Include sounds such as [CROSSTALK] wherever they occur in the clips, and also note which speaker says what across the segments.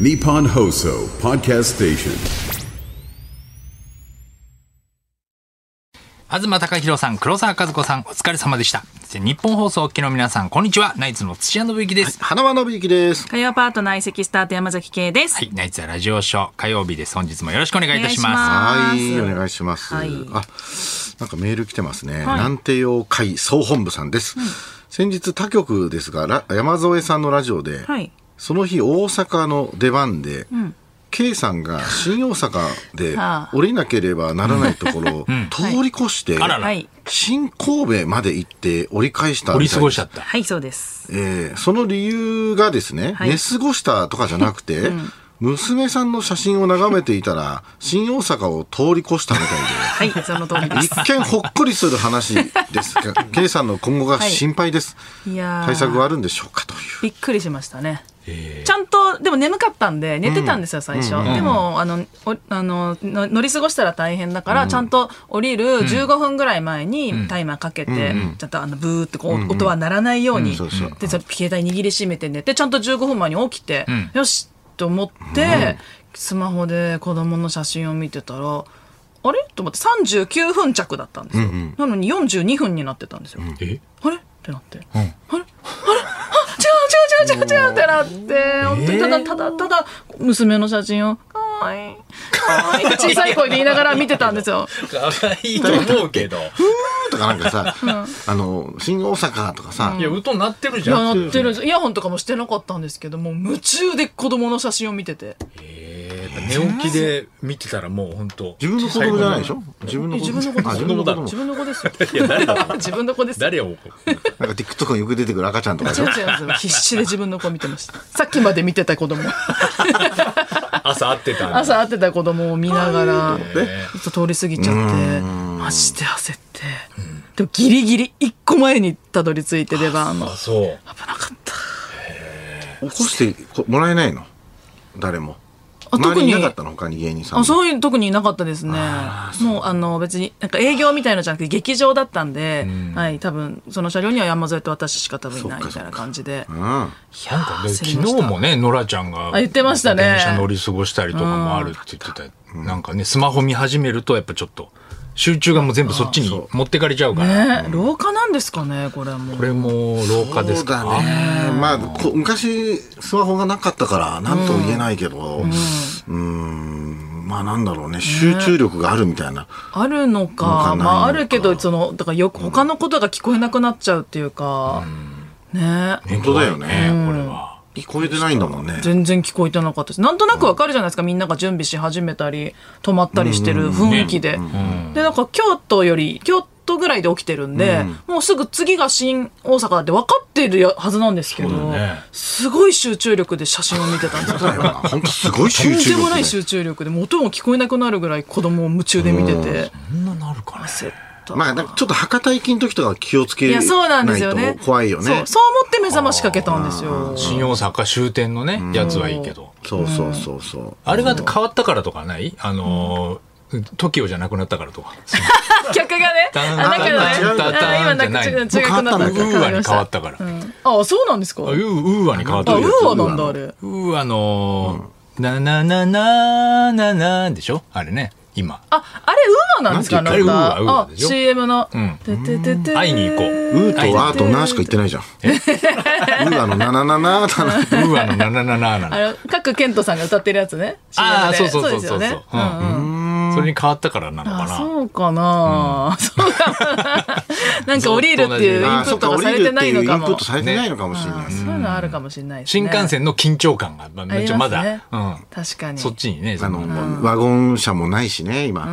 Speaker 1: Nippon Hoso Podcast Station.
Speaker 2: 東貴博さん、黒沢和子さん、お疲れ様でした。そして日本放送をお聞きの皆さん、こんにちは。ナイツの土屋信之です。
Speaker 3: 花輪信之です。
Speaker 4: 火曜パートナー移籍スタート山崎圭です。
Speaker 2: はい、ナイツはラジオショー、火曜日です。本日もよろしくお願いいたし
Speaker 4: お願いし
Speaker 2: ま
Speaker 4: ま
Speaker 3: はい、お願いします。
Speaker 4: はい
Speaker 3: あ、なんかメール来てますね。南帝洋会総本部さんです。先日他局ですが、ら山添さんのラジオで、
Speaker 4: はい。
Speaker 3: その日大阪の出番で、K さんが新大阪で
Speaker 4: はあ
Speaker 3: 降りなければならないとこ
Speaker 4: [LAUGHS]
Speaker 3: ろを通り越して、
Speaker 2: あらら
Speaker 4: はい。
Speaker 3: 新神戸まで行って折り返した
Speaker 2: す。折り
Speaker 3: みたいです
Speaker 2: 過ごしちゃった。
Speaker 4: はい、そうです。
Speaker 3: えーその理由がですね、
Speaker 4: はい
Speaker 3: 寝過ごしたとかじゃなくて、娘さんの写真を眺めていたら、新大阪を通り越したみたい
Speaker 4: はい、その通りで [LAUGHS]
Speaker 3: で、
Speaker 4: す。
Speaker 3: 一見ほっこりする話
Speaker 4: [LAUGHS]
Speaker 3: ですが、K さんの今後が心配です。
Speaker 4: いやー
Speaker 3: 対策はあるんでしょうかという。
Speaker 4: びっくりしましたね。ちゃんと、でも眠かったんで、寝てたんですよ、最初。でも、あの、おあのの、乗り過ごしたら大変だから、ちゃんと降りる15分ぐらい前にタイマーかけて、ちゃんとあの、ブーってこう、音は鳴らないよう
Speaker 3: うん
Speaker 4: に
Speaker 3: そうそう、
Speaker 4: で、それ携帯握りしめて寝て、ちゃんと15分前に起きて、よしと思って、スマホで子供の写真を見てたら、あれと思って39分着だったんですよ。なのに42分になってたんですよ。
Speaker 2: え
Speaker 4: あれってなって、あれあれあ違う違う違う違う違うってなって、本当にただただただ娘の写真を「かわいいか [LAUGHS] わいい」って小さい声で言いながら見てたんです [LAUGHS] よ。
Speaker 2: 可愛いと思うけど。
Speaker 3: とかなんかさ、あの、新大阪とかさ、
Speaker 2: いや、うとなってるじ
Speaker 4: いや
Speaker 2: ゃん。
Speaker 4: なってるんですイヤホンとかもしてなかったんですけどもう夢中で子供の写真を見てて
Speaker 2: えーやっぱ寝起きで見てたらもう本当。
Speaker 3: 自分の子供じゃないでしょ自分
Speaker 4: え
Speaker 3: の子供。
Speaker 4: 自分の子
Speaker 3: あ
Speaker 4: です
Speaker 3: 自
Speaker 4: よ
Speaker 3: 分の子供
Speaker 4: 自分の子ですよ
Speaker 2: 誰だ
Speaker 4: 自分の子です [LAUGHS] よ
Speaker 2: 誰を怒る
Speaker 3: なんか TikTok によく出てくる赤ちゃんとかでし
Speaker 4: 違う
Speaker 3: ょ
Speaker 4: 違うんですよ必死で自分の子を見てましたさっきまで見てた子供
Speaker 2: 朝会ってたんだ
Speaker 4: 朝会ってた子供を見ながら
Speaker 2: え
Speaker 4: ちょっと通り過ぎちゃってマジで焦ってでもギリギリ一個前にたどり着いて出番
Speaker 2: ー
Speaker 4: の
Speaker 2: あ、そう。
Speaker 4: 危なかった
Speaker 3: 起こしてこもらえないの誰も。
Speaker 4: あ
Speaker 3: 周りにいな
Speaker 4: 特に
Speaker 3: かったの他に芸人さん
Speaker 4: あ
Speaker 3: も。
Speaker 4: そういうの特にいなかったですねもうあの別になんか営業みたいなのじゃなくて劇場だったんで、はい、多分その車両には山添と私しか多分いないみたいな感じで
Speaker 3: うん。
Speaker 2: なんかで
Speaker 4: 焦
Speaker 2: 昨
Speaker 4: りました
Speaker 2: 日もね、ノラちゃんが。
Speaker 4: あ言ってましたね
Speaker 2: 電車乗り過ごしたりとかもあるって言ってた。なんかね、スマホ見始めると、やっぱちょっと、集中がもう全部そっちに持ってかれちゃうから。
Speaker 4: ね廊下なんですかねこれも
Speaker 2: これも廊下ですか
Speaker 3: そうだね。まあ、こ昔、スマホがなかったから、なんとも言えないけど、うーん、まあなんだろうね、集中力があるみたいな。
Speaker 4: あるの
Speaker 3: の
Speaker 4: か
Speaker 3: かないのか
Speaker 4: まああるけどそのだからよく他のことが聞こえなくなっちゃうっていうか、ね
Speaker 3: 本当だよね。
Speaker 2: これは。
Speaker 3: 聞こえてないんだもんね。
Speaker 4: 全然聞こえてなかったしなんとなくわかるじゃないですかみんなが準備し始めたり止まったりしてる雰囲気で、でなんか京都より京都ぐらいで起きてるんで、もうすぐ次が新大阪だって分かってるはずなんですけど、
Speaker 2: そうだね
Speaker 4: すごい集中力で写真を見てたんですよ
Speaker 3: そうだよな。本当すごい
Speaker 4: と
Speaker 3: 集
Speaker 4: ん
Speaker 3: 中
Speaker 4: で
Speaker 3: 力
Speaker 4: も
Speaker 3: で。
Speaker 4: ない集中力でもう音も聞こえなくなるぐらい子供を夢中で見てて
Speaker 2: こんななるかね。
Speaker 4: 焦った
Speaker 3: まあ、なんかちょっと博多行きの時とかは気をつけ
Speaker 4: い
Speaker 3: な
Speaker 4: や
Speaker 3: い
Speaker 4: そうなんですよね
Speaker 3: と怖いよ
Speaker 4: そ
Speaker 3: ね
Speaker 4: う。そう思って目覚ましかけたんですよ
Speaker 2: 新大阪終点のね、やつはいいけど。
Speaker 3: そうそうそうそう。
Speaker 2: あれが変わったからとかないあのー、TOKIO じゃなくなったからとか。
Speaker 4: 客がね
Speaker 2: [LAUGHS]
Speaker 4: あ
Speaker 2: タン
Speaker 4: なんかね
Speaker 2: タンタンタン
Speaker 4: あ今な
Speaker 2: じゃない
Speaker 4: んか違う違うな
Speaker 2: ウ
Speaker 4: っ
Speaker 2: ーアに変わったたから。
Speaker 4: あそうなんですか
Speaker 2: ウーウーアに変わっ
Speaker 4: あ、
Speaker 2: た
Speaker 4: ウ
Speaker 2: けど
Speaker 4: ーアなんだ、あれ。
Speaker 2: うーあのー、ななななななでしょあれね、今。
Speaker 4: あ、あれウーアなんですか
Speaker 3: なん
Speaker 2: ていうか
Speaker 4: なんか
Speaker 2: あれウーアウーア
Speaker 4: あ
Speaker 2: でしょ
Speaker 4: CM の。
Speaker 2: ん
Speaker 4: てててて
Speaker 2: 会いに行こう。
Speaker 3: ウーとワーと
Speaker 2: ウ
Speaker 3: ナーしか言ってないじゃん。ウーあのナナナナーだな。
Speaker 2: ーアのななななな
Speaker 4: あれ、各健人さんが歌ってるやつね。
Speaker 2: あー
Speaker 4: CM で
Speaker 2: そうそうそうそう
Speaker 4: ですよね
Speaker 2: うん
Speaker 4: んん
Speaker 2: それに変わったからなの
Speaker 4: あ、
Speaker 2: か
Speaker 4: そうかなそうか [LAUGHS] ななんか降りるって [LAUGHS] いうイン
Speaker 3: あ
Speaker 4: プ
Speaker 3: そ
Speaker 4: ッ
Speaker 3: っか、
Speaker 4: トが
Speaker 3: 降
Speaker 4: さ
Speaker 3: り
Speaker 4: れ
Speaker 3: るってて
Speaker 4: ないいう
Speaker 3: イ
Speaker 4: の
Speaker 3: ンプ
Speaker 4: か
Speaker 3: ッ
Speaker 4: も
Speaker 3: ト。されてないのかもしれない
Speaker 4: あ。そういうのあるかもしれない
Speaker 2: な。
Speaker 4: ですね。
Speaker 2: 新幹線の緊張感が、ま
Speaker 4: ありますね
Speaker 2: めっちゃまだ、うん。
Speaker 4: 確かに。
Speaker 2: そっちにね、
Speaker 3: あ
Speaker 2: そ
Speaker 3: の、
Speaker 2: の、
Speaker 3: ワゴン車もないしね、今。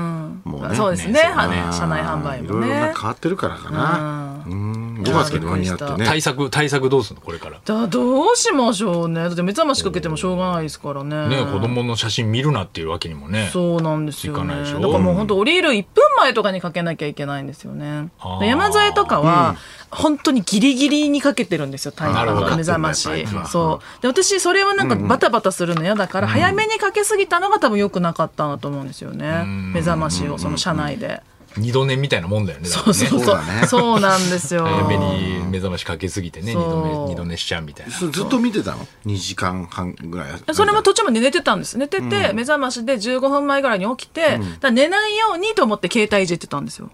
Speaker 3: もうね。
Speaker 4: そうですね。
Speaker 2: ね
Speaker 4: は
Speaker 2: そうね
Speaker 4: 車内販売
Speaker 3: いろ
Speaker 4: も
Speaker 3: いろな
Speaker 4: ね。
Speaker 3: 変わってるからかな。うん。5
Speaker 4: や
Speaker 3: 月に間に合って
Speaker 4: びっ
Speaker 3: ね。
Speaker 2: 対策、対策どうすんのこれから。
Speaker 4: だどうしましょうね。だって目覚ましかけてもしょうがないですから
Speaker 2: ね、子供の写真見るなっていうわけにもね。
Speaker 4: そうなんですよ
Speaker 2: 行かな
Speaker 4: ね。
Speaker 2: いでし
Speaker 4: だ
Speaker 2: ょ
Speaker 4: からもう本当降りる1分前とかにかけなきゃいけないんですよね
Speaker 2: あ。ー
Speaker 4: で山添とかは本当にギリギリにかけてるんですよ、タイマ
Speaker 2: なるほ
Speaker 4: ー
Speaker 2: ど
Speaker 4: が目覚ま
Speaker 3: やっぱり
Speaker 4: し
Speaker 3: やっぱり。
Speaker 4: そう。で、私それはなんかバタバタするの嫌だから、早めにかけすぎたのが多分良くなかったなと思うんですよね。目覚ましを、その車内で。
Speaker 2: 二度寝みたいなもんだよね。
Speaker 4: そう
Speaker 2: だか
Speaker 4: そう
Speaker 3: そう
Speaker 4: そう
Speaker 3: だ。ね
Speaker 4: そうなんですよ。
Speaker 2: らね早めに目覚ましかけすぎてね、二
Speaker 4: そ
Speaker 2: 度
Speaker 4: う
Speaker 2: 寝、二度寝しちゃうみたいな。
Speaker 3: それずっと見てたの ?2 時間半ぐらい。
Speaker 4: それも途中まで寝てたんです。寝てて、目覚ましで15分前ぐらいに起きて、だから寝ないようにと思って携帯いじってたんですよ。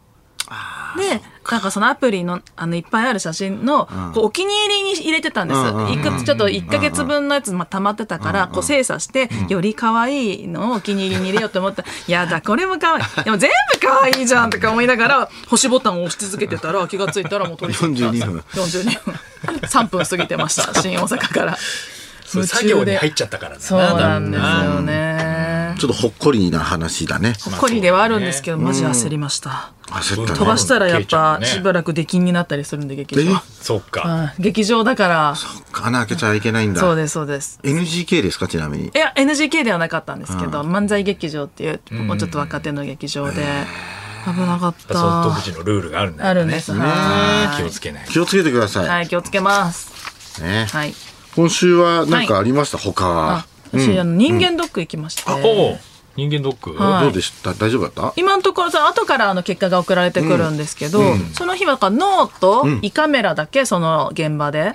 Speaker 4: で、なんかそのアプリの、あの、いっぱいある写真の、こうお気に入りに入れてたんです。いくつ、ちょっと1ヶ月分のやつ、まあ、溜まってたから、こう精査して、より可愛いのをお気に入りに入れようと思ったら、 [LAUGHS] いやだ、これも可愛い。でも全部可愛いじゃんとか思いながら、星ボタンを押し続けてたら、気がついたらもう取り
Speaker 3: 42分。
Speaker 4: 42分。3分過ぎてました、新大阪 [LAUGHS] から。
Speaker 2: それ作業に入っちゃったから
Speaker 4: そうなんですよね。
Speaker 3: ちょっとほっこりな話だね。
Speaker 4: ほっこりではあるんですけど、マジ焦りました。
Speaker 3: 焦ったね。
Speaker 4: 飛ばしたらやっ
Speaker 2: 消え
Speaker 4: ぱ
Speaker 2: ちゃうね
Speaker 4: しばらく出禁になったりするんで、劇
Speaker 3: え
Speaker 4: 場。
Speaker 2: そうか。
Speaker 4: はい劇場だから、
Speaker 3: 穴開けちゃいけないんだ。
Speaker 4: そうです、そうです。
Speaker 3: NGK ですかちなみに
Speaker 4: い。や、NGK ではなかったんですけど、漫才劇場っていう、もうちょっと若手の劇場で、危なかっ
Speaker 2: やっぱその独
Speaker 4: た。
Speaker 2: 自のルールがあるんだよね。
Speaker 4: あるんです。は
Speaker 2: 気をつけないと。
Speaker 3: 気をつけてください。
Speaker 4: い。はい、気をつけます。
Speaker 3: ね
Speaker 4: はい。
Speaker 3: 今週は何かありました、他
Speaker 4: あ
Speaker 3: は。、
Speaker 4: 私、あの、人間ドック行きまして。
Speaker 2: おう人間ドック
Speaker 4: はい
Speaker 3: どうでした大丈夫だった
Speaker 4: 今のところその後からあの結果が送られてくるんですけど、その日はなんか脳と胃カメラだけその現場で、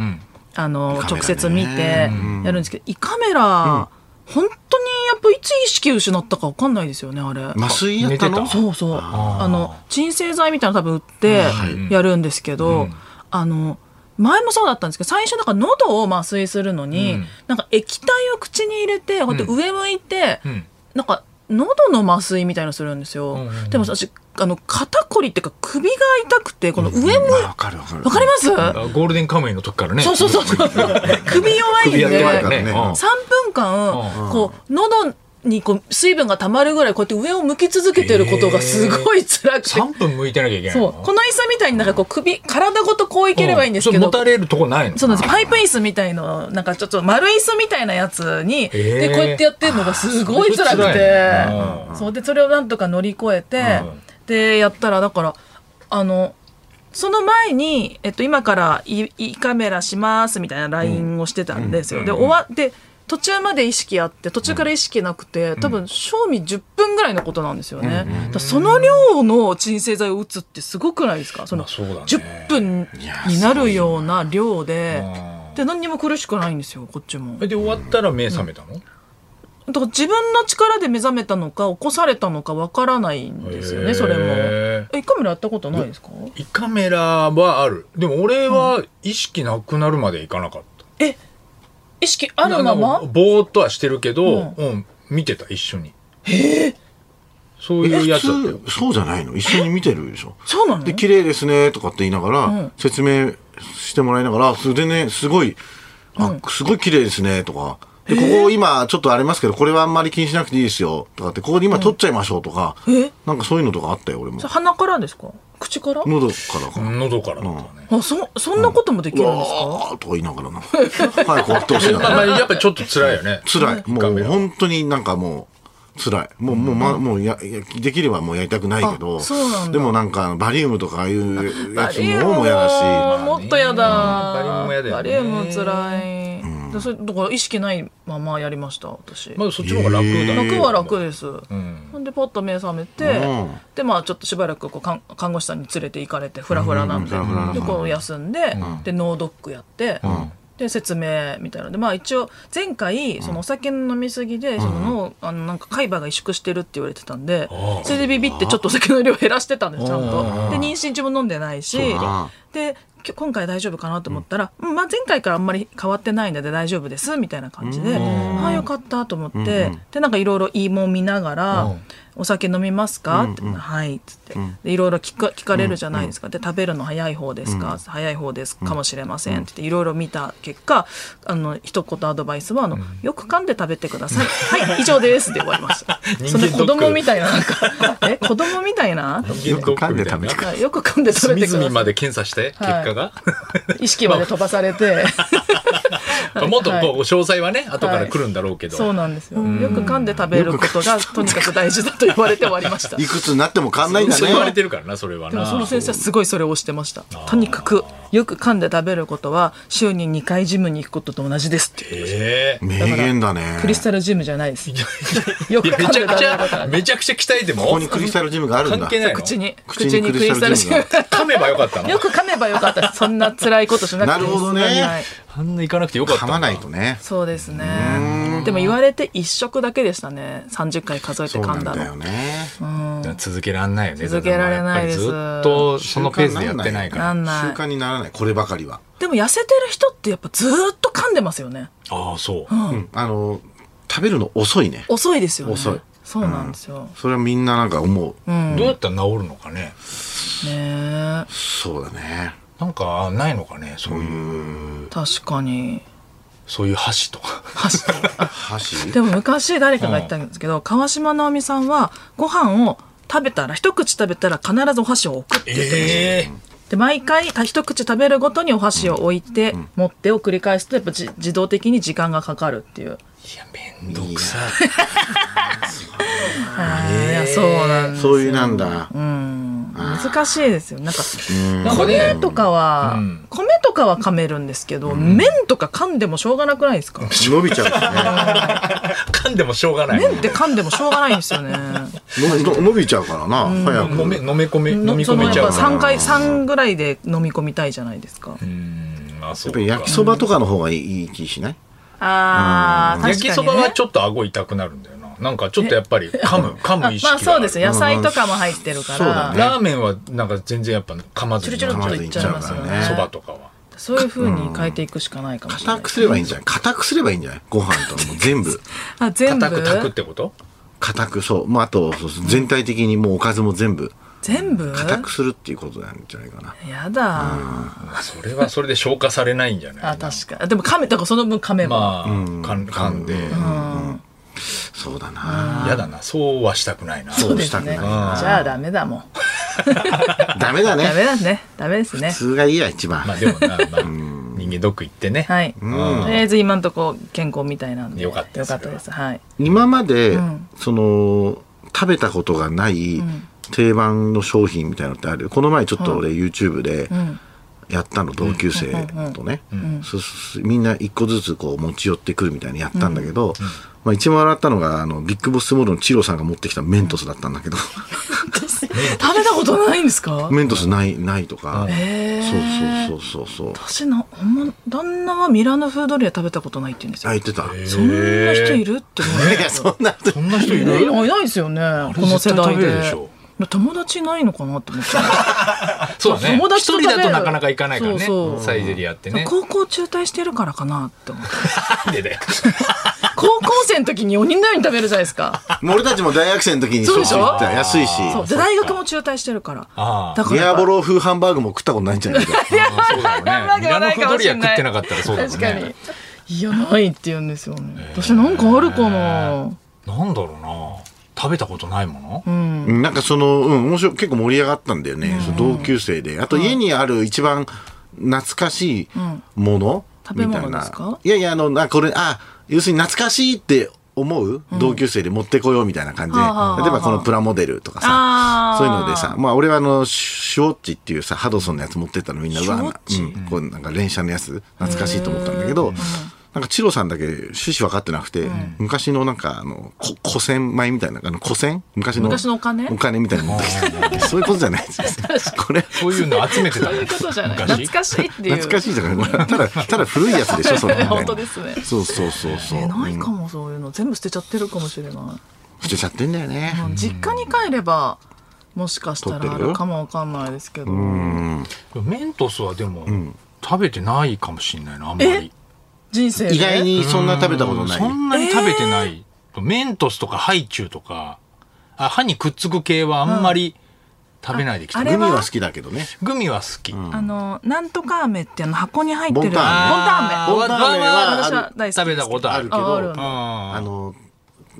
Speaker 4: あ
Speaker 3: カ
Speaker 4: の
Speaker 3: メラね
Speaker 4: 直接見てやるんですけど胃カメラ、本当にやっぱいつ意識失ったか分かんないですよねあれ。
Speaker 3: 麻酔やった
Speaker 2: 寝
Speaker 3: の
Speaker 2: てた
Speaker 4: そうそうあの鎮静剤みたいなの多分売ってやるんですけど、あの前もそうだったんですけど最初なんか喉を麻酔するのに、なんか液体を口に入れてこうやって上向いて、
Speaker 2: ん
Speaker 4: なんか喉の麻酔みたいなのするんですよ、でも私あの肩こりっていうか首が痛くてこの上向い、
Speaker 3: まあわかるわかる。
Speaker 4: わかります、
Speaker 2: あゴールデンカムイの時からね。
Speaker 4: そうそうそうそう [LAUGHS] 首弱いん
Speaker 2: 首
Speaker 4: で
Speaker 2: やってないからね。
Speaker 3: ね
Speaker 2: うん
Speaker 4: 3分間、こう喉にこう水分がたまるぐらいこうやって上を向き続けてることがすごい辛くて、
Speaker 2: 3分向いてなきゃいけない
Speaker 4: そ
Speaker 2: の。
Speaker 4: うこの椅子みたいになんかこう首体ごとこういければいいんですけ
Speaker 2: うんそ
Speaker 4: ど、
Speaker 2: れ持たれるとこないの
Speaker 4: そうなんですパイプ椅子みたいのなんかちょっと丸椅子みたいなやつに、
Speaker 2: へ
Speaker 4: で
Speaker 2: え
Speaker 4: こうやってやってるのがすごい
Speaker 2: あー
Speaker 4: 辛く
Speaker 2: それ辛い
Speaker 4: て、そうでそれをなんとか乗り越えて、
Speaker 2: うん
Speaker 4: でやったらだからあのその前に、えっと、今からいいカメラしますみたいな LINE をしてたんですよ、で終わって途中まで意識あって途中から意識なくて、多分賞味10分ぐらいのことなんですよね、だからその量の鎮静剤を打つってすごくないですかその
Speaker 2: まあそうだね
Speaker 4: 10分になるような量で、で何にも苦しくないんですよこっちも
Speaker 2: えで終わったら目覚めたの、
Speaker 4: だから自分の力で目覚めたのか起こされたのかわからないんですよねそれも
Speaker 2: へ
Speaker 4: えカメラやったことないですか
Speaker 2: 胃カメラはあるでも俺は意識なくなるまでいかなかった、
Speaker 4: 意識ある
Speaker 2: な
Speaker 4: ま
Speaker 2: んか
Speaker 4: ま
Speaker 2: ぼーっとはしてるけど、うん見てた一緒にへえそういう
Speaker 3: え
Speaker 2: や
Speaker 3: 普
Speaker 2: つだったよ
Speaker 3: 通そうじゃないの一緒に見てるでしょ
Speaker 4: そうなの
Speaker 3: で綺麗ですねとかって言いながら、説明してもらいながらそれでねすごいあ、すごい綺麗ですねとかでここ今ちょっとありますけどこれはあんまり気にしなくていいですよとかってここで今撮っちゃいましょうとか、
Speaker 4: え
Speaker 3: なんかそういうのとかあったよ俺も
Speaker 4: それ鼻からですか口から
Speaker 3: 喉からか、
Speaker 2: 喉からだったね、
Speaker 4: あそそんなこともでき
Speaker 3: う
Speaker 4: るんですか
Speaker 3: わーとか言いながらな早く終わってほしいな
Speaker 2: まあまあやっぱりちょっと辛いよね
Speaker 3: 辛い。もう本当になんかもう辛い。もう、もう、ま、もうや、やできればもうやりたくないけど、
Speaker 4: あそうなんだ
Speaker 3: でもなんかバリウムとかああいうやつももう
Speaker 4: や
Speaker 3: やだし、
Speaker 4: もっとやだ
Speaker 2: バリウムもやだよね
Speaker 4: バリウムつらい、でそれだから意識ないままやりました私、
Speaker 2: まあそっちの方が楽だね、
Speaker 4: 楽は楽です、ほんでポッと目覚めて、
Speaker 3: うん
Speaker 4: でまあちょっとしばらくこう看看護師さんに連れて行かれてフラフラなんで、
Speaker 3: うんフラフラなんだ
Speaker 4: でこう休んで、でノードックやって、で説明みたいなのでまあ一応前回そのお酒の飲み過ぎでその脳、あのなんか海馬が萎縮してるって言われてたんで、それでビビってちょっとお酒の量減らしてたんですちゃんと。で妊娠中も飲んでないし
Speaker 3: うか
Speaker 4: できょ今回大丈夫かなと思ったら、うんまあ、前回からあんまり変わってないので大丈夫ですみたいな感じで、ああよかったと思って、でなんかいろいろいいもん見ながら、お酒飲みますか?」って「はい」っつってでいろいろ聞か聞かれるじゃないですか、で食べるの早い方ですか、早い方ですかもしれませんって言っていろいろ見た結果あの一言アドバイスはあの、よく噛んで食べてください」 [LAUGHS] 「はい以上です」って終わりました
Speaker 2: [LAUGHS] 人間
Speaker 4: そんな子
Speaker 2: ドック
Speaker 4: 供みたいななんかえ子供みたい
Speaker 2: [LAUGHS]
Speaker 4: な
Speaker 2: 人間ドックみたいな
Speaker 3: よ
Speaker 2: [LAUGHS]
Speaker 3: く
Speaker 4: よく噛んで食
Speaker 2: 隅
Speaker 4: べてくだ
Speaker 2: 々
Speaker 4: さい
Speaker 2: まで検査して結
Speaker 4: はい
Speaker 2: 果が、
Speaker 4: 意識まで飛ばされて
Speaker 2: まあもっとこう
Speaker 4: はい
Speaker 2: 詳細はね後から来るんだろうけど、
Speaker 4: そうなんですよよく噛んで食べることがとにかく大事だと言われて終わり
Speaker 3: [LAUGHS]
Speaker 4: ました
Speaker 3: いくつになっても変わんないんだ
Speaker 2: そう言われ
Speaker 3: ね。
Speaker 2: てるからなそれは
Speaker 4: でも
Speaker 2: な
Speaker 4: その先生はすごいそれを推してましたとにかくよく噛んで食べることは週に2回ジムに行くことと同じですっていう
Speaker 2: ええ
Speaker 3: 名言だね。
Speaker 4: クリスタルジムじゃないです [LAUGHS] よく
Speaker 2: いやめ
Speaker 4: 噛ん
Speaker 2: ち
Speaker 4: で
Speaker 2: ゃくち
Speaker 4: 食べること
Speaker 2: ゃ
Speaker 4: は
Speaker 2: めちゃくちゃ鍛えても
Speaker 3: ここにクリスタルジムがあるんだ。
Speaker 2: 関係ないの
Speaker 4: 口に
Speaker 3: 口に
Speaker 4: 口にクリスタルジム
Speaker 3: クリスタ
Speaker 2: 噛めばよかったの
Speaker 4: よく噛めばよかったそんな辛いことしなくて
Speaker 3: なるほどね
Speaker 4: はい
Speaker 2: あんな行かなくてよかった
Speaker 3: 噛まないとね。
Speaker 4: そうですねでも言われて一食だけでしたね30回数えて
Speaker 3: そうな
Speaker 4: 噛
Speaker 3: ん
Speaker 4: んだ
Speaker 3: だ
Speaker 4: の
Speaker 3: よね。
Speaker 2: 続けられないよね
Speaker 4: 続けられないです
Speaker 2: やっぱりずっとそのペースでやってないか
Speaker 4: な
Speaker 2: ら
Speaker 4: ん
Speaker 3: 習
Speaker 4: ない
Speaker 3: 慣にならない、こればかりは。
Speaker 4: でも痩せてる人ってやっぱずーっと噛んでますよね
Speaker 2: ああそう
Speaker 3: うんあの、食べるの遅いね。
Speaker 4: 遅いですよね
Speaker 3: 遅い
Speaker 4: そうなんですよ、
Speaker 3: それはみんななんか思う。
Speaker 2: どうやったら治るのかね
Speaker 4: ね
Speaker 3: そうだね。
Speaker 2: なんかないのかねそういう
Speaker 4: え確かに
Speaker 2: そういう箸とか
Speaker 4: 箸
Speaker 3: 箸
Speaker 4: でも昔誰かが言ったんですけど、川島直美さんはご飯を食べたら一口食べたら必ずお箸を置くって言ってました
Speaker 2: ええ
Speaker 4: で毎回一口食べるごとにお箸を置いて、持ってを繰り返すとやっぱじ自動的に時間がかかるっていう、
Speaker 2: いやめんどくさい
Speaker 4: いやそうなんです
Speaker 3: そういうなんだ。
Speaker 4: 難しいですよなんか米とかは、米とかは噛めるんですけど、麺とか噛んでもしょうがなくないですか
Speaker 3: 伸びちゃ
Speaker 2: 噛んでもしょうがない
Speaker 4: 麺って噛んでもしょうがないんですよね
Speaker 3: うね。のの伸びちゃうからな、早く。
Speaker 2: 飲め飲め込め [LAUGHS] 飲み込
Speaker 4: その
Speaker 2: め
Speaker 4: やっ
Speaker 2: ちゃう
Speaker 4: ぱ
Speaker 2: から
Speaker 4: 3回3ぐらいで飲み込みたいじゃないですか、
Speaker 2: うんあそうか
Speaker 3: やっぱり焼きそばとかの方がいいいい気しない
Speaker 4: あー確かに、ね、
Speaker 2: 焼きそばはちょっと顎痛くなるんだよななんかちょっとやっぱり噛む噛む意識が
Speaker 4: まあそうです
Speaker 2: よ
Speaker 4: よ野菜とかも入ってるから、
Speaker 3: そうだね
Speaker 2: ラーメンはなんか全然やっぱ噛まずに
Speaker 4: チュルチュルっといっちゃいますよ
Speaker 3: 噛まずにいっちゃ
Speaker 2: そ
Speaker 3: うからね
Speaker 4: ね
Speaker 2: ばとかは
Speaker 4: そういうふうに変えていくしかないかもしれない
Speaker 3: 硬くすればいいんじゃない硬くすればいいんじゃないご飯ともう全部。
Speaker 4: あ全部
Speaker 2: 叩く炊くってこと
Speaker 3: 硬く、そう。もうあと、そうそう全体的にもうおかずも全部、
Speaker 4: 全部
Speaker 3: 硬くするっていうことなんじゃないかな。
Speaker 4: やだ、
Speaker 2: それはそれで消化されないんじゃない
Speaker 4: あ確かでも噛めだからその分噛めば、
Speaker 2: まあ、かん噛んで、
Speaker 3: そうだな。
Speaker 2: 嫌だなそうはしたくないな
Speaker 4: そう
Speaker 3: う
Speaker 4: で
Speaker 3: した
Speaker 4: す
Speaker 3: く
Speaker 4: ね
Speaker 3: ない
Speaker 4: じゃあダメだもん
Speaker 3: ダメだ
Speaker 4: ダメ
Speaker 3: ね。
Speaker 4: だねダメですね
Speaker 3: 普通がいいや、一番
Speaker 2: ま。あでもな、まあ、人間ドック行ってね、
Speaker 4: はい、とりあえず今んとこ健康みたいなんで
Speaker 2: よかった
Speaker 4: よ
Speaker 2: です
Speaker 4: かったですはい
Speaker 3: 今まで、その、食べたことがない定番の商品みたいなのってある。この前ちょっと俺 YouTube で、やったの同級生とね、そそみんな一個ずつこう持ち寄ってくるみたいにやったんだけど、まあ、一番笑ったのがあのビッグボスモールのチロさんが持ってきたメントスだったんだけど、
Speaker 4: 食べたことないんですか
Speaker 3: メントスないないとか、
Speaker 4: へ
Speaker 3: そうそうそうそうそう
Speaker 4: 私のほんま旦那はミラノフードリア食べたことないって言うんです
Speaker 3: あ
Speaker 4: よ
Speaker 3: 言ってた、
Speaker 4: そんな人いるって思
Speaker 3: いやそんなこと
Speaker 2: そんな人い
Speaker 4: い
Speaker 2: る
Speaker 4: ないいないですよねこの世
Speaker 2: 絶対
Speaker 4: 代
Speaker 2: 食べれる
Speaker 4: で
Speaker 2: でしょ
Speaker 4: 友達ないのかなって思って
Speaker 2: そうだね
Speaker 4: 友達と
Speaker 2: 一
Speaker 4: 食
Speaker 2: 人だ
Speaker 4: べる
Speaker 2: となかなか行かないからね
Speaker 4: そうそう
Speaker 2: サイゼリアってね
Speaker 4: 高校中退してるからかなって思って
Speaker 2: なんでだよ
Speaker 4: 高校生の時に4人のように食べるじゃないですか
Speaker 3: もう俺たちも大学生の時に
Speaker 4: そう
Speaker 3: そ
Speaker 4: で
Speaker 3: っ
Speaker 4: し
Speaker 3: ち
Speaker 4: ょ
Speaker 3: 行った安いし
Speaker 4: そうで大学も中退してるから
Speaker 2: ああ
Speaker 4: だか
Speaker 3: デ
Speaker 4: ら
Speaker 3: ィ
Speaker 4: や
Speaker 3: ア
Speaker 4: っぱ
Speaker 3: ボロ風ハンバーグも食ったことないんじゃないか
Speaker 2: あそうだよ
Speaker 4: ハンバー
Speaker 2: ね
Speaker 4: グ
Speaker 2: ミラ
Speaker 4: は
Speaker 2: ノ
Speaker 4: ない
Speaker 2: フ
Speaker 4: かも
Speaker 2: ド
Speaker 4: し
Speaker 2: リ
Speaker 4: れ
Speaker 2: ア
Speaker 4: ない
Speaker 2: 食ってなかったらそうだも
Speaker 4: 確
Speaker 2: ん
Speaker 4: かに
Speaker 2: ね
Speaker 4: いやないって言うんですよね私なんかあるかな
Speaker 2: なんだろうな食べたことないもの、
Speaker 3: うんなんかその、うん、面白い結構盛り上がったんだよね、その同級生であと家にある一番懐かしいもの、
Speaker 4: 食べ物
Speaker 3: みたい
Speaker 4: ですか
Speaker 3: ないやいやあのなこれあ要するに懐かしいって思う、同級生で持ってこようみたいな感じで、
Speaker 4: はあはあはあ
Speaker 3: 例えばこのプラモデルとか
Speaker 4: あ
Speaker 3: さ
Speaker 4: ー
Speaker 3: そういうのでさまあ俺はあのシュウォッチっていうさハドソンのやつ持ってったのみんなうわ
Speaker 4: シュウォッチ
Speaker 3: うんこうなんか連射のやつ懐かしいと思ったんだけど、なんかチロさんだけ趣旨分かってなくて、昔のなんかあのこ古銭米みたいなあの古銭昔の
Speaker 4: 昔のお金
Speaker 3: お金みたいなの持ってきたそういうことじゃ
Speaker 4: [LAUGHS]
Speaker 3: ないですこれ
Speaker 2: そういうの集めてた
Speaker 4: そういうことじゃない懐かしいっていう
Speaker 3: 懐かしいじゃないこれただただ古いやつでしょそれ、ね、
Speaker 4: [LAUGHS] 本当ですね
Speaker 3: そうそうそうそう、
Speaker 4: えない
Speaker 3: うん
Speaker 4: かもそういうの全部捨てちゃってるかもしれない
Speaker 3: 捨てちゃってんだよね、
Speaker 4: 実家に帰ればもしかしたらあるかもわかんないですけど
Speaker 2: メントスはでも、食べてないかもしれないなあんまり
Speaker 4: 人生で
Speaker 3: 意外にそんな食べたことない、
Speaker 2: そんなに食べてない、メントスとかハイチュウとかあ歯にくっつく系はあんまり食べないできた、
Speaker 4: あれ
Speaker 3: グミ
Speaker 4: は
Speaker 3: は好きだけどね
Speaker 2: グミは好き、
Speaker 4: あのなんとか飴ってあの箱に入ってる
Speaker 3: ボンタン飴
Speaker 4: あボンタン飴
Speaker 3: ボンタン飴は
Speaker 4: 私は大好き
Speaker 2: 食べたことあるけ
Speaker 4: ああ
Speaker 2: ど
Speaker 4: るんだ
Speaker 2: うん
Speaker 3: あの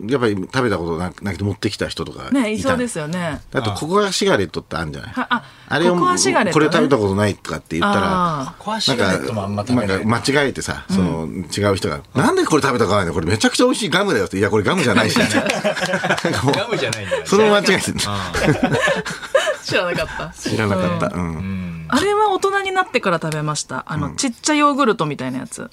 Speaker 3: やっぱり食べたことなくなくて持ってきた人とかいた
Speaker 4: ねいそうですよね
Speaker 3: あとココアシガレットってあるんじゃない
Speaker 4: はあ
Speaker 3: あれを
Speaker 4: ココアシガレット
Speaker 3: こ
Speaker 4: ね
Speaker 3: れ食べたことないとかって言ったら
Speaker 4: あ
Speaker 2: ココアシ
Speaker 3: な
Speaker 2: ガ
Speaker 3: ん
Speaker 2: レ
Speaker 3: か
Speaker 2: ットもあん
Speaker 3: な
Speaker 2: ま
Speaker 3: ん
Speaker 2: 食べない
Speaker 3: か間違えてさ、その違う人が「なんでこれ食べたことないのこれめちゃくちゃ美味しいガムだよ」って「いやこれガムじゃ
Speaker 4: [LAUGHS]
Speaker 3: ないし」なんかもう
Speaker 2: ガムじゃないんだよ
Speaker 3: それも間違えてる
Speaker 4: 知らなかった
Speaker 3: 知らなかったうん、
Speaker 4: あれは大人になってから食べました。あの、ちっちゃヨーグルトみたいなやつ。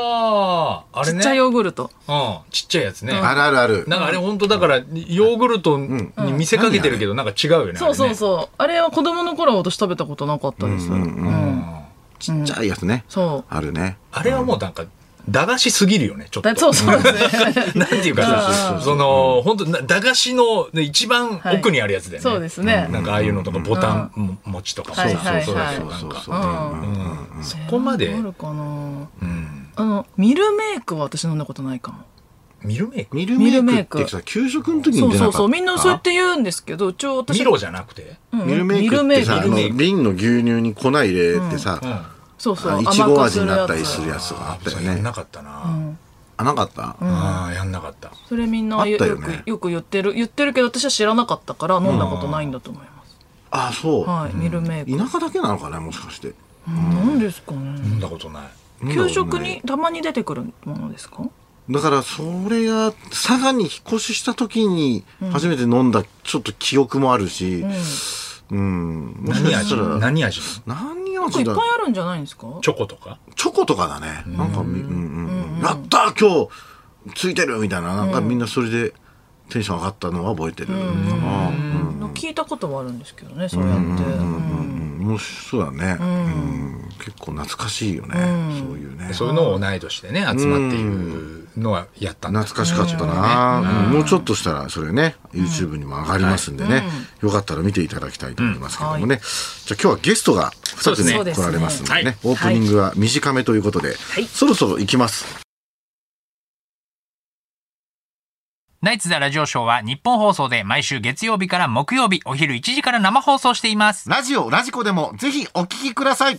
Speaker 2: ああ、あれ
Speaker 4: ちっ
Speaker 2: ね。
Speaker 4: ちゃヨーグルト。
Speaker 2: うん、ちっちゃいやつね。
Speaker 3: あるあるある
Speaker 2: なんかあれ本当だから、ヨーグルトに見せかけてるけど、なんか違うよね。
Speaker 4: そうそう
Speaker 2: う。
Speaker 4: そう。あれは子供の頃私食べたことなかったです。うん
Speaker 3: ちっちゃいやつね
Speaker 4: そう。
Speaker 3: あるね
Speaker 2: あれはもうなんか、駄菓子すぎるよね、ちょっと
Speaker 4: だ。そうそうですね。
Speaker 2: [LAUGHS] なんていうかさ、その、本当な駄菓子のね一番奥にあるやつだよね。
Speaker 4: そうですね。
Speaker 2: なんかああいうのとか、ボタンも餅とかもさ
Speaker 4: はい
Speaker 2: そ
Speaker 4: は
Speaker 2: う
Speaker 4: い
Speaker 2: そう
Speaker 4: はい
Speaker 2: そう
Speaker 3: そ
Speaker 2: そうう。なんか
Speaker 3: そううんうん
Speaker 2: うんそこまで
Speaker 4: あ、るかな
Speaker 2: うん
Speaker 4: あの、ミルメイクは私飲んだことないかも。
Speaker 2: ミルメイク
Speaker 3: ミルメイ
Speaker 4: ミルメ
Speaker 3: ク
Speaker 4: イ
Speaker 3: って
Speaker 4: ク
Speaker 3: さ給食の時に出
Speaker 4: そ
Speaker 3: な
Speaker 4: う
Speaker 3: かった
Speaker 4: そうそう。みんなそうやって言うんですけど、一応私
Speaker 2: ミロじゃなくて
Speaker 3: ミルメイクってさあ
Speaker 4: ミル
Speaker 3: の
Speaker 4: メイク
Speaker 3: 瓶の牛乳に粉入れてさ
Speaker 2: うん。
Speaker 4: そうそう。
Speaker 3: あのいちご味になったりするやつがあ
Speaker 2: あ
Speaker 3: っ
Speaker 2: あ、
Speaker 3: たよ
Speaker 2: そうやん
Speaker 3: ね
Speaker 2: なかったな。
Speaker 3: あなかった
Speaker 2: ああ、やんなかった。
Speaker 4: それみんなよ
Speaker 3: あったよ
Speaker 4: よ
Speaker 3: ね
Speaker 4: くよく言ってる言ってるけど私は知らなかったから飲んだことないんだと思います。
Speaker 3: あそ
Speaker 4: はい、ミルメイク。
Speaker 3: う田舎だけなのかねもしかして
Speaker 4: なんですか
Speaker 2: 飲
Speaker 4: ね。
Speaker 2: んだことない。
Speaker 4: 給食にたまに出てくるものですか？
Speaker 3: だからそれが佐賀に引っ越しした時に初めて飲んだちょっと記憶もあるしうんもし
Speaker 2: 何
Speaker 3: かし
Speaker 2: 味
Speaker 3: たら
Speaker 2: 何味
Speaker 3: 何
Speaker 4: い
Speaker 3: 味
Speaker 4: っぱ
Speaker 3: だ
Speaker 4: いあるんじゃないんですか？
Speaker 2: チョコとか
Speaker 3: チョコとかだねなんかみうんうんうんやったー今日ついてるみたいななんかみんなそれでテンション上がったのは覚えてるかなうん
Speaker 4: の聞いたことはあるんですけどね、そうやって。うん
Speaker 3: うんもうそうだねうん結構懐かしいよねそういうね
Speaker 2: そういうのを同い年でね、集まっているのはやったんだ
Speaker 3: 懐かしかったな、うんもうちょっとしたらそれね YouTube にも上がりますんでね、よかったら見ていただきたいと思いますけどもね、じゃあ今日はゲストが2つ
Speaker 4: そう
Speaker 3: ね
Speaker 4: です
Speaker 3: 来
Speaker 4: ね
Speaker 3: られますんでね
Speaker 2: そうで
Speaker 3: オープニングは短めということで、そろそろ行きます
Speaker 5: ナイツザラジオショーは日本放送で毎週月曜日から木曜日お昼1時から生放送しています。
Speaker 3: ラジオラジコでもぜひお聞きください